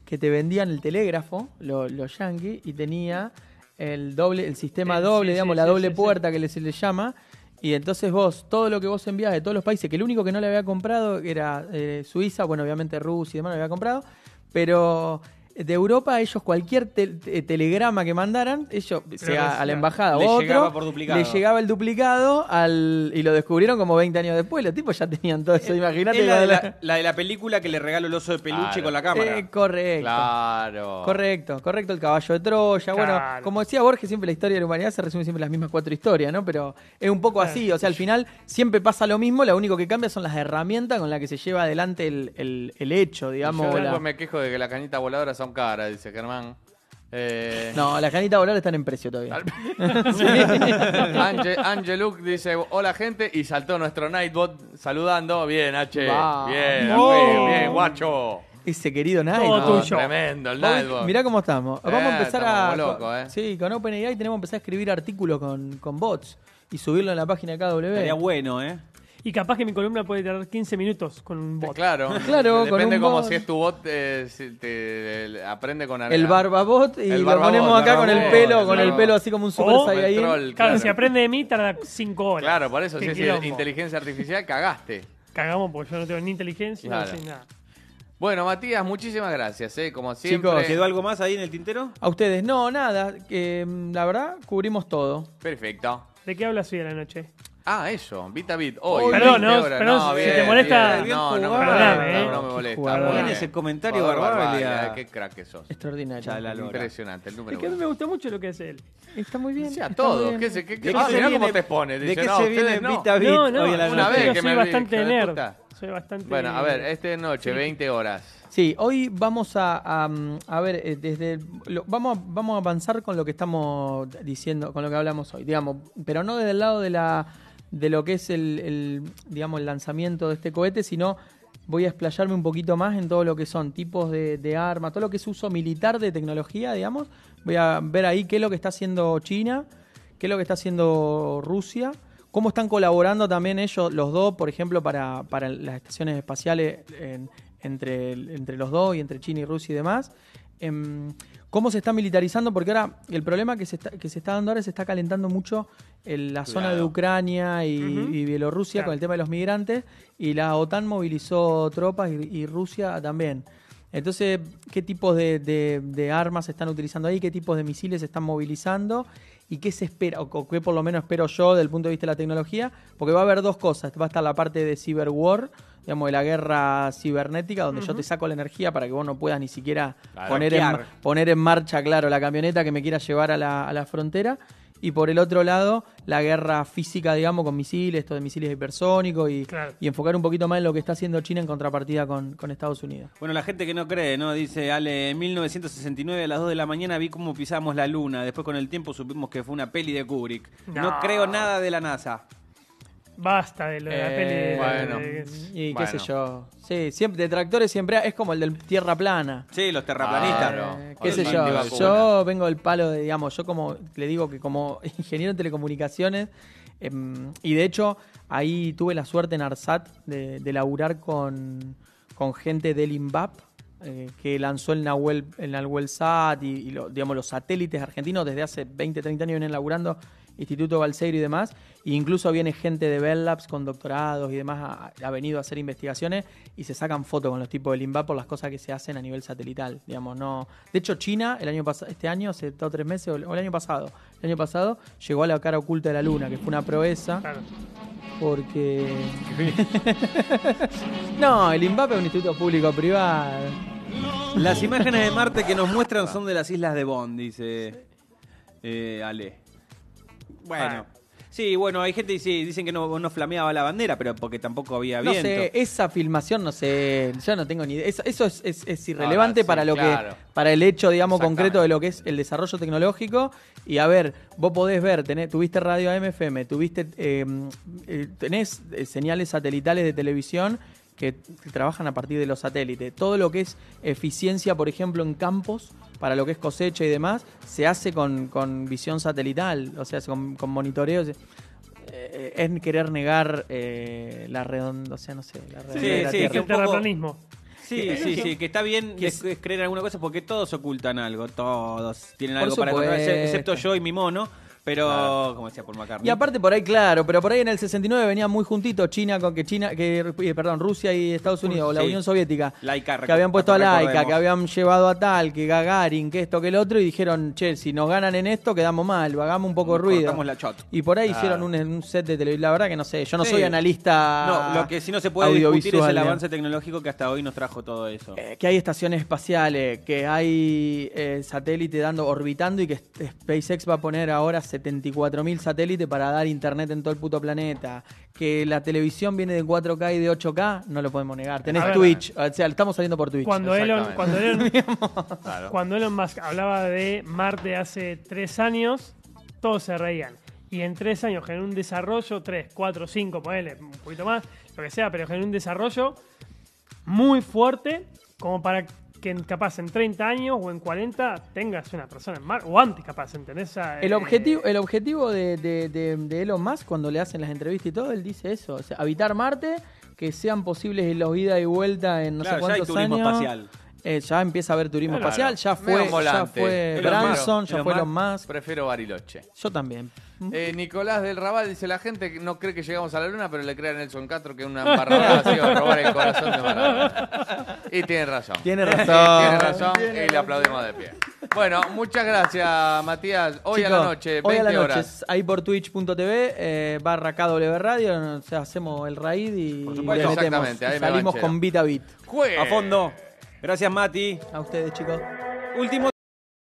Speaker 2: que te vendían el telégrafo, lo- los yankees, y tenía el doble, el sistema
Speaker 6: Eh, sí,
Speaker 2: doble,
Speaker 6: sí,
Speaker 2: digamos,
Speaker 6: sí,
Speaker 2: la
Speaker 6: sí,
Speaker 2: doble
Speaker 6: sí.
Speaker 2: puerta que le- se le llama. Y entonces vos, todo lo que vos envías de todos los países, que el único que no le había comprado era eh, Suiza, bueno, obviamente Rusia y demás lo había comprado, pero de Europa ellos cualquier te- te- telegrama que mandaran, ellos, sea a la
Speaker 6: decía,
Speaker 2: embajada
Speaker 4: le
Speaker 2: o
Speaker 4: llegaba
Speaker 2: otro,
Speaker 4: por duplicado.
Speaker 2: le llegaba llegaba el duplicado al, y lo descubrieron como 20 años después. Los tipos ya tenían todo eso. Imagínate.
Speaker 4: Es la, de
Speaker 2: cuando
Speaker 4: la, la de la película que le regalo el oso de peluche
Speaker 3: Claro.
Speaker 4: con la
Speaker 2: la-
Speaker 4: cámara.
Speaker 2: Eh, correcto.
Speaker 3: Claro.
Speaker 2: Correcto, correcto, el caballo de Troya. Bueno,
Speaker 6: Claro.
Speaker 2: como decía Borges, siempre la historia de la humanidad se resume siempre en las mismas cuatro historias, ¿no? Pero es un poco así, o sea, al final siempre pasa lo mismo, lo único que cambia son las herramientas con las que se lleva adelante el, el- el hecho, digamos. o
Speaker 3: Yo
Speaker 2: la-
Speaker 3: después me quejo de que las canitas voladoras son caras, dice Germán. Eh,
Speaker 2: No, las canitas volar están en precio todavía.
Speaker 3: Ange- Angeluk dice, hola gente, y saltó nuestro Nightbot saludando. Bien, H.
Speaker 2: Va.
Speaker 3: Bien,
Speaker 6: Oh.
Speaker 3: bien, bien, guacho.
Speaker 2: Ese querido
Speaker 6: Todo
Speaker 2: Nike.
Speaker 6: tuyo.
Speaker 3: No, tremendo el
Speaker 2: Vamos,
Speaker 3: Nightbot.
Speaker 2: Mirá cómo estamos. Vamos
Speaker 3: Eh,
Speaker 2: a empezar
Speaker 3: estamos
Speaker 2: a.
Speaker 3: como
Speaker 2: con-
Speaker 3: locos, eh.
Speaker 2: Sí, con OpenAI tenemos que empezar a escribir artículos con, con bots y subirlo en la página de KW.
Speaker 4: Estaría bueno, ¿eh?
Speaker 6: Y capaz que mi columna puede tardar 15 minutos con un bot.
Speaker 3: Claro,
Speaker 2: Claro, con
Speaker 3: depende
Speaker 2: un
Speaker 3: como
Speaker 2: bot.
Speaker 3: si es tu bot, eh, si te el- aprende con
Speaker 2: el barbabot y
Speaker 3: El
Speaker 2: lo
Speaker 3: barbabot,
Speaker 2: ponemos acá con el
Speaker 3: barbabot,
Speaker 2: pelo,
Speaker 3: el
Speaker 2: con el
Speaker 3: barbabot. Oh,
Speaker 2: pelo así como un super
Speaker 6: O-
Speaker 2: Saiyajin.
Speaker 3: el troll.
Speaker 6: Claro,
Speaker 3: Claro.
Speaker 6: si aprende de mí, tarda 5 horas.
Speaker 3: Claro, por eso, si
Speaker 6: Qué
Speaker 3: es
Speaker 6: quilombo.
Speaker 3: inteligencia artificial, cagaste.
Speaker 6: Cagamos porque yo no tengo ni inteligencia
Speaker 3: Claro.
Speaker 6: ni nada.
Speaker 3: Bueno, Matías, muchísimas gracias, eh, como siempre.
Speaker 2: Chicos,
Speaker 4: ¿Quedó algo más ahí en el tintero?
Speaker 2: A ustedes, no, nada. Que mm, la verdad, cubrimos todo.
Speaker 3: Perfecto.
Speaker 6: ¿De qué hablas hoy a la noche?
Speaker 3: Ah, eso, Vita Bit, hoy.
Speaker 6: Hoy. Perdón,
Speaker 3: 20
Speaker 6: no,
Speaker 3: horas.
Speaker 6: perdón, si te molesta-
Speaker 3: bien, no, no, me
Speaker 6: Perdóname,
Speaker 3: molesta,
Speaker 6: eh.
Speaker 3: no me molesta.
Speaker 2: Jugador.
Speaker 3: muy
Speaker 2: Bien
Speaker 3: bien.
Speaker 4: ese comentario,
Speaker 3: Jugador
Speaker 4: Barbalia.
Speaker 3: Barbalia, Qué crack que sos.
Speaker 2: Extraordinario.
Speaker 4: Ya, la lora.
Speaker 3: Impresionante, el
Speaker 6: Es
Speaker 3: número
Speaker 6: que a mí
Speaker 3: uno.
Speaker 6: me gusta mucho lo que hace él.
Speaker 2: Está muy bien.
Speaker 3: Sí, a
Speaker 2: está muy
Speaker 3: todos.
Speaker 2: bien.
Speaker 3: ¿Qué se, qué, qué,
Speaker 4: ¿De qué
Speaker 3: ah,
Speaker 4: se
Speaker 3: mirá
Speaker 4: viene-
Speaker 3: cómo te expone.
Speaker 4: ¿De
Speaker 3: Dice,
Speaker 4: qué
Speaker 3: no,
Speaker 4: se
Speaker 3: ustedes
Speaker 4: viene
Speaker 3: no.
Speaker 4: Vita Bit
Speaker 6: No, no,
Speaker 4: hoy a la
Speaker 3: una
Speaker 4: noche?
Speaker 3: vez
Speaker 6: yo
Speaker 3: que
Speaker 6: soy
Speaker 3: me-
Speaker 6: bastante
Speaker 3: hija de
Speaker 6: nerd.
Speaker 3: puta. eh.
Speaker 6: Soy bastante.
Speaker 3: Bueno, a ver, este noche, 20 horas.
Speaker 2: Sí, hoy vamos a, a, mm, a ver, eh, desde lo- vamos, a- vamos a avanzar con lo que estamos diciendo, con lo que hablamos hoy, digamos, pero no desde el lado de la de lo que es el, el, digamos el lanzamiento de este cohete, sino voy a explayarme un poquito más en todo lo que son tipos de, de armas, todo lo que es uso militar de tecnología, digamos. Voy a ver ahí qué es lo que está haciendo China, qué es lo que está haciendo Rusia, cómo están colaborando también ellos, los dos, por ejemplo, para, para las estaciones espaciales en- entre, el- entre los dos y entre China y Rusia y demás. Em, cómo se está militarizando, porque ahora el problema que se está, que se está dando ahora es se está calentando mucho el- la zona de Ucrania y,
Speaker 6: Ujú.
Speaker 2: y Bielorrusia con el tema de los migrantes y la OTAN movilizó tropas y, y Rusia también. Entonces, ¿qué tipos de, de- de armas se están utilizando ahí? ¿Qué tipos de misiles se están movilizando? ¿Y qué se espera? O, o qué por lo menos espero yo del punto de vista de la tecnología. Porque va a haber dos cosas. Va a estar la parte de cyberwar, digamos, de la guerra cibernética, donde yo te saco la energía para que vos no puedas ni siquiera
Speaker 3: Claro.
Speaker 2: poner, en,
Speaker 4: Bloquear.
Speaker 2: poner en marcha, claro, la camioneta que me quiera llevar a la, a la frontera. Y por el otro lado, la guerra física, digamos, con misiles, esto de misiles hipersónicos y,
Speaker 6: Claro.
Speaker 2: y enfocar un poquito más en lo que está haciendo China en contrapartida con, con Estados Unidos.
Speaker 4: Bueno, la gente que no cree, ¿no? Dice, Ale, en 1969 a las 2 de la mañana vi cómo pisamos la luna. Después con el tiempo supimos que fue una peli de Kubrick. No,
Speaker 6: No.
Speaker 4: creo nada de la NASA.
Speaker 6: Basta de lo de la
Speaker 2: Eh,
Speaker 6: peli. de-
Speaker 3: bueno.
Speaker 6: de-
Speaker 2: Y
Speaker 3: Bueno.
Speaker 2: qué sé yo. Sí, siempre, detractores siempre hay- es como el del Tierra Plana.
Speaker 4: Sí, los terraplanistas.
Speaker 3: Claro.
Speaker 2: Eh,
Speaker 3: O
Speaker 2: qué sé
Speaker 3: del
Speaker 2: yo,
Speaker 3: antivacuna.
Speaker 2: yo vengo del palo de, digamos, yo como le digo que como ingeniero en telecomunicaciones, em, y de hecho ahí tuve la suerte en ARSAT de, de laburar con, con gente del INVAP, eh, que lanzó el Nahuel, el Nahuel SAT y, y lo- digamos, los satélites argentinos desde hace 20, 30 años vienen laburando. Instituto Balseiro y demás, e incluso viene gente de Bell Labs con doctorados y demás, ha, ha venido a hacer investigaciones y se sacan fotos con los tipos del INVAP por las cosas que se hacen a nivel satelital, digamos, no... De hecho, China, el año pasado, este año, hace dos o tres meses, o el o el año pasado, el año pasado, llegó a la cara oculta de la luna, que fue una proeza,
Speaker 6: Claro.
Speaker 2: porque... no, el INVAP es un instituto público-privado.
Speaker 4: Las imágenes de Marte que nos muestran son de las islas de Bond, dice eh, Ale. Bueno. Sí, bueno, hay gente que sí, dicen que no, no flameaba la bandera, pero porque tampoco había
Speaker 2: No
Speaker 4: viento.
Speaker 2: sé, esa filmación, no sé, yo no tengo ni idea. Eso, eso es, es- es irrelevante
Speaker 3: Ahora, sí,
Speaker 2: para lo
Speaker 3: claro.
Speaker 2: que, para el hecho, digamos,
Speaker 3: Exactamente.
Speaker 2: concreto de lo que es el desarrollo tecnológico. Y a ver, vos podés ver, tenés- tuviste radio AMFM, tuviste, eh, eh, tenés eh, señales satelitales de televisión que t- trabajan a partir de los satélites. Todo lo que es eficiencia, por ejemplo, en campos, para lo que es cosecha y demás, se hace con, con visión satelital, o sea, con, con monitoreo. Eh, es querer negar eh, la redonda, o sea, no sé, la redondez de la
Speaker 4: sí,
Speaker 2: Tierra.
Speaker 6: Es
Speaker 4: que
Speaker 6: el
Speaker 4: un poco-
Speaker 6: terraplanismo.
Speaker 4: Sí, sí, sí, que está bien es- es creer en alguna cosa porque todos ocultan algo, todos tienen
Speaker 2: Por
Speaker 4: algo para
Speaker 2: supuesto.
Speaker 4: contar, excepto yo y mi mono, pero como decía Paul McCartney.
Speaker 2: Y aparte por ahí, claro, pero por ahí en el 69 venía muy juntito China con que China, que eh, perdón, Rusia y Estados Unidos, o la
Speaker 4: Sí.
Speaker 2: Unión Soviética,
Speaker 4: Laica,
Speaker 2: que habían puesto a
Speaker 4: recordemos.
Speaker 2: Laika, que habían llevado a tal, que Gagarin, que esto, que el otro, y dijeron, che, si nos ganan en esto, quedamos mal, hagamos un poco de ruido.
Speaker 4: Cortamos la chota.
Speaker 2: Y por ahí hicieron un, un set de televisión. La verdad que no sé, yo no
Speaker 4: Sí.
Speaker 2: soy analista.
Speaker 4: no, lo que sí no se puede discutir es
Speaker 2: audiovisual,
Speaker 4: el
Speaker 2: digamos.
Speaker 4: avance tecnológico que hasta hoy nos trajo todo eso.
Speaker 2: Eh, que hay estaciones espaciales, que hay eh, satélite dando, orbitando y que S- SpaceX va a poner ahora 74.000 satélites para dar internet en todo el puto planeta. Que la televisión viene de 4K y de 8K, no lo podemos negar. Tenés
Speaker 6: A ver.
Speaker 2: Twitch, o sea, estamos saliendo por Twitch.
Speaker 6: Cuando Elon,
Speaker 3: Exactamente.
Speaker 6: cuando, Elon, cuando Elon Musk hablaba de Marte hace tres años, todos se reían. Y en tres años generó un desarrollo, tres, cuatro, cinco, ponele un poquito más, lo que sea, pero generó un desarrollo muy fuerte como para que en- capaz en 30 años o en 40 tengas una persona en Marte, o antes capaz, ¿entendés? O sea,
Speaker 2: El
Speaker 6: eh,
Speaker 2: objetivo, el objetivo de, de- de- de Elon Musk, cuando le hacen las entrevistas y todo, él dice eso: o sea, habitar Marte, que sean posibles los ida y vuelta en no
Speaker 4: Claro,
Speaker 2: sé
Speaker 4: ya hay
Speaker 2: cuántos
Speaker 4: turismo
Speaker 2: años.
Speaker 4: espacial.
Speaker 2: Eh, ya empieza a haber turismo
Speaker 3: Claro.
Speaker 2: espacial, ya
Speaker 3: Medio
Speaker 2: fue, ya
Speaker 3: ambulante.
Speaker 2: fue
Speaker 4: Elon
Speaker 2: Branson,
Speaker 4: Musk.
Speaker 2: ya
Speaker 4: Elon
Speaker 2: fue Elon Musk.
Speaker 3: Prefiero Bariloche.
Speaker 2: Yo también.
Speaker 3: Eh, Nicolás del Raval dice, la gente que no cree que llegamos a la luna, pero le cree a Nelson Castro que una embarrada así va a robar el corazón de Maradona. Y tiene razón. Eh,
Speaker 2: Tiene
Speaker 3: Tiene
Speaker 2: razón.
Speaker 3: razón y le aplaudimos de pie. Bueno, muchas gracias, Matías. Hoy a la
Speaker 2: Chicos,
Speaker 3: noche, 20
Speaker 2: hoy a la noche,
Speaker 3: horas.
Speaker 2: ahí por twitch.tv eh, barra KW Radio, o sea, hacemos el raid y
Speaker 3: Por supuesto,
Speaker 2: le metemos.
Speaker 3: exactamente, ahí
Speaker 2: Y
Speaker 3: me
Speaker 2: salimos
Speaker 3: banchero.
Speaker 2: con bit a bit.
Speaker 3: Juegue.
Speaker 4: A fondo. Gracias, Mati.
Speaker 2: A ustedes, chicos.
Speaker 4: Último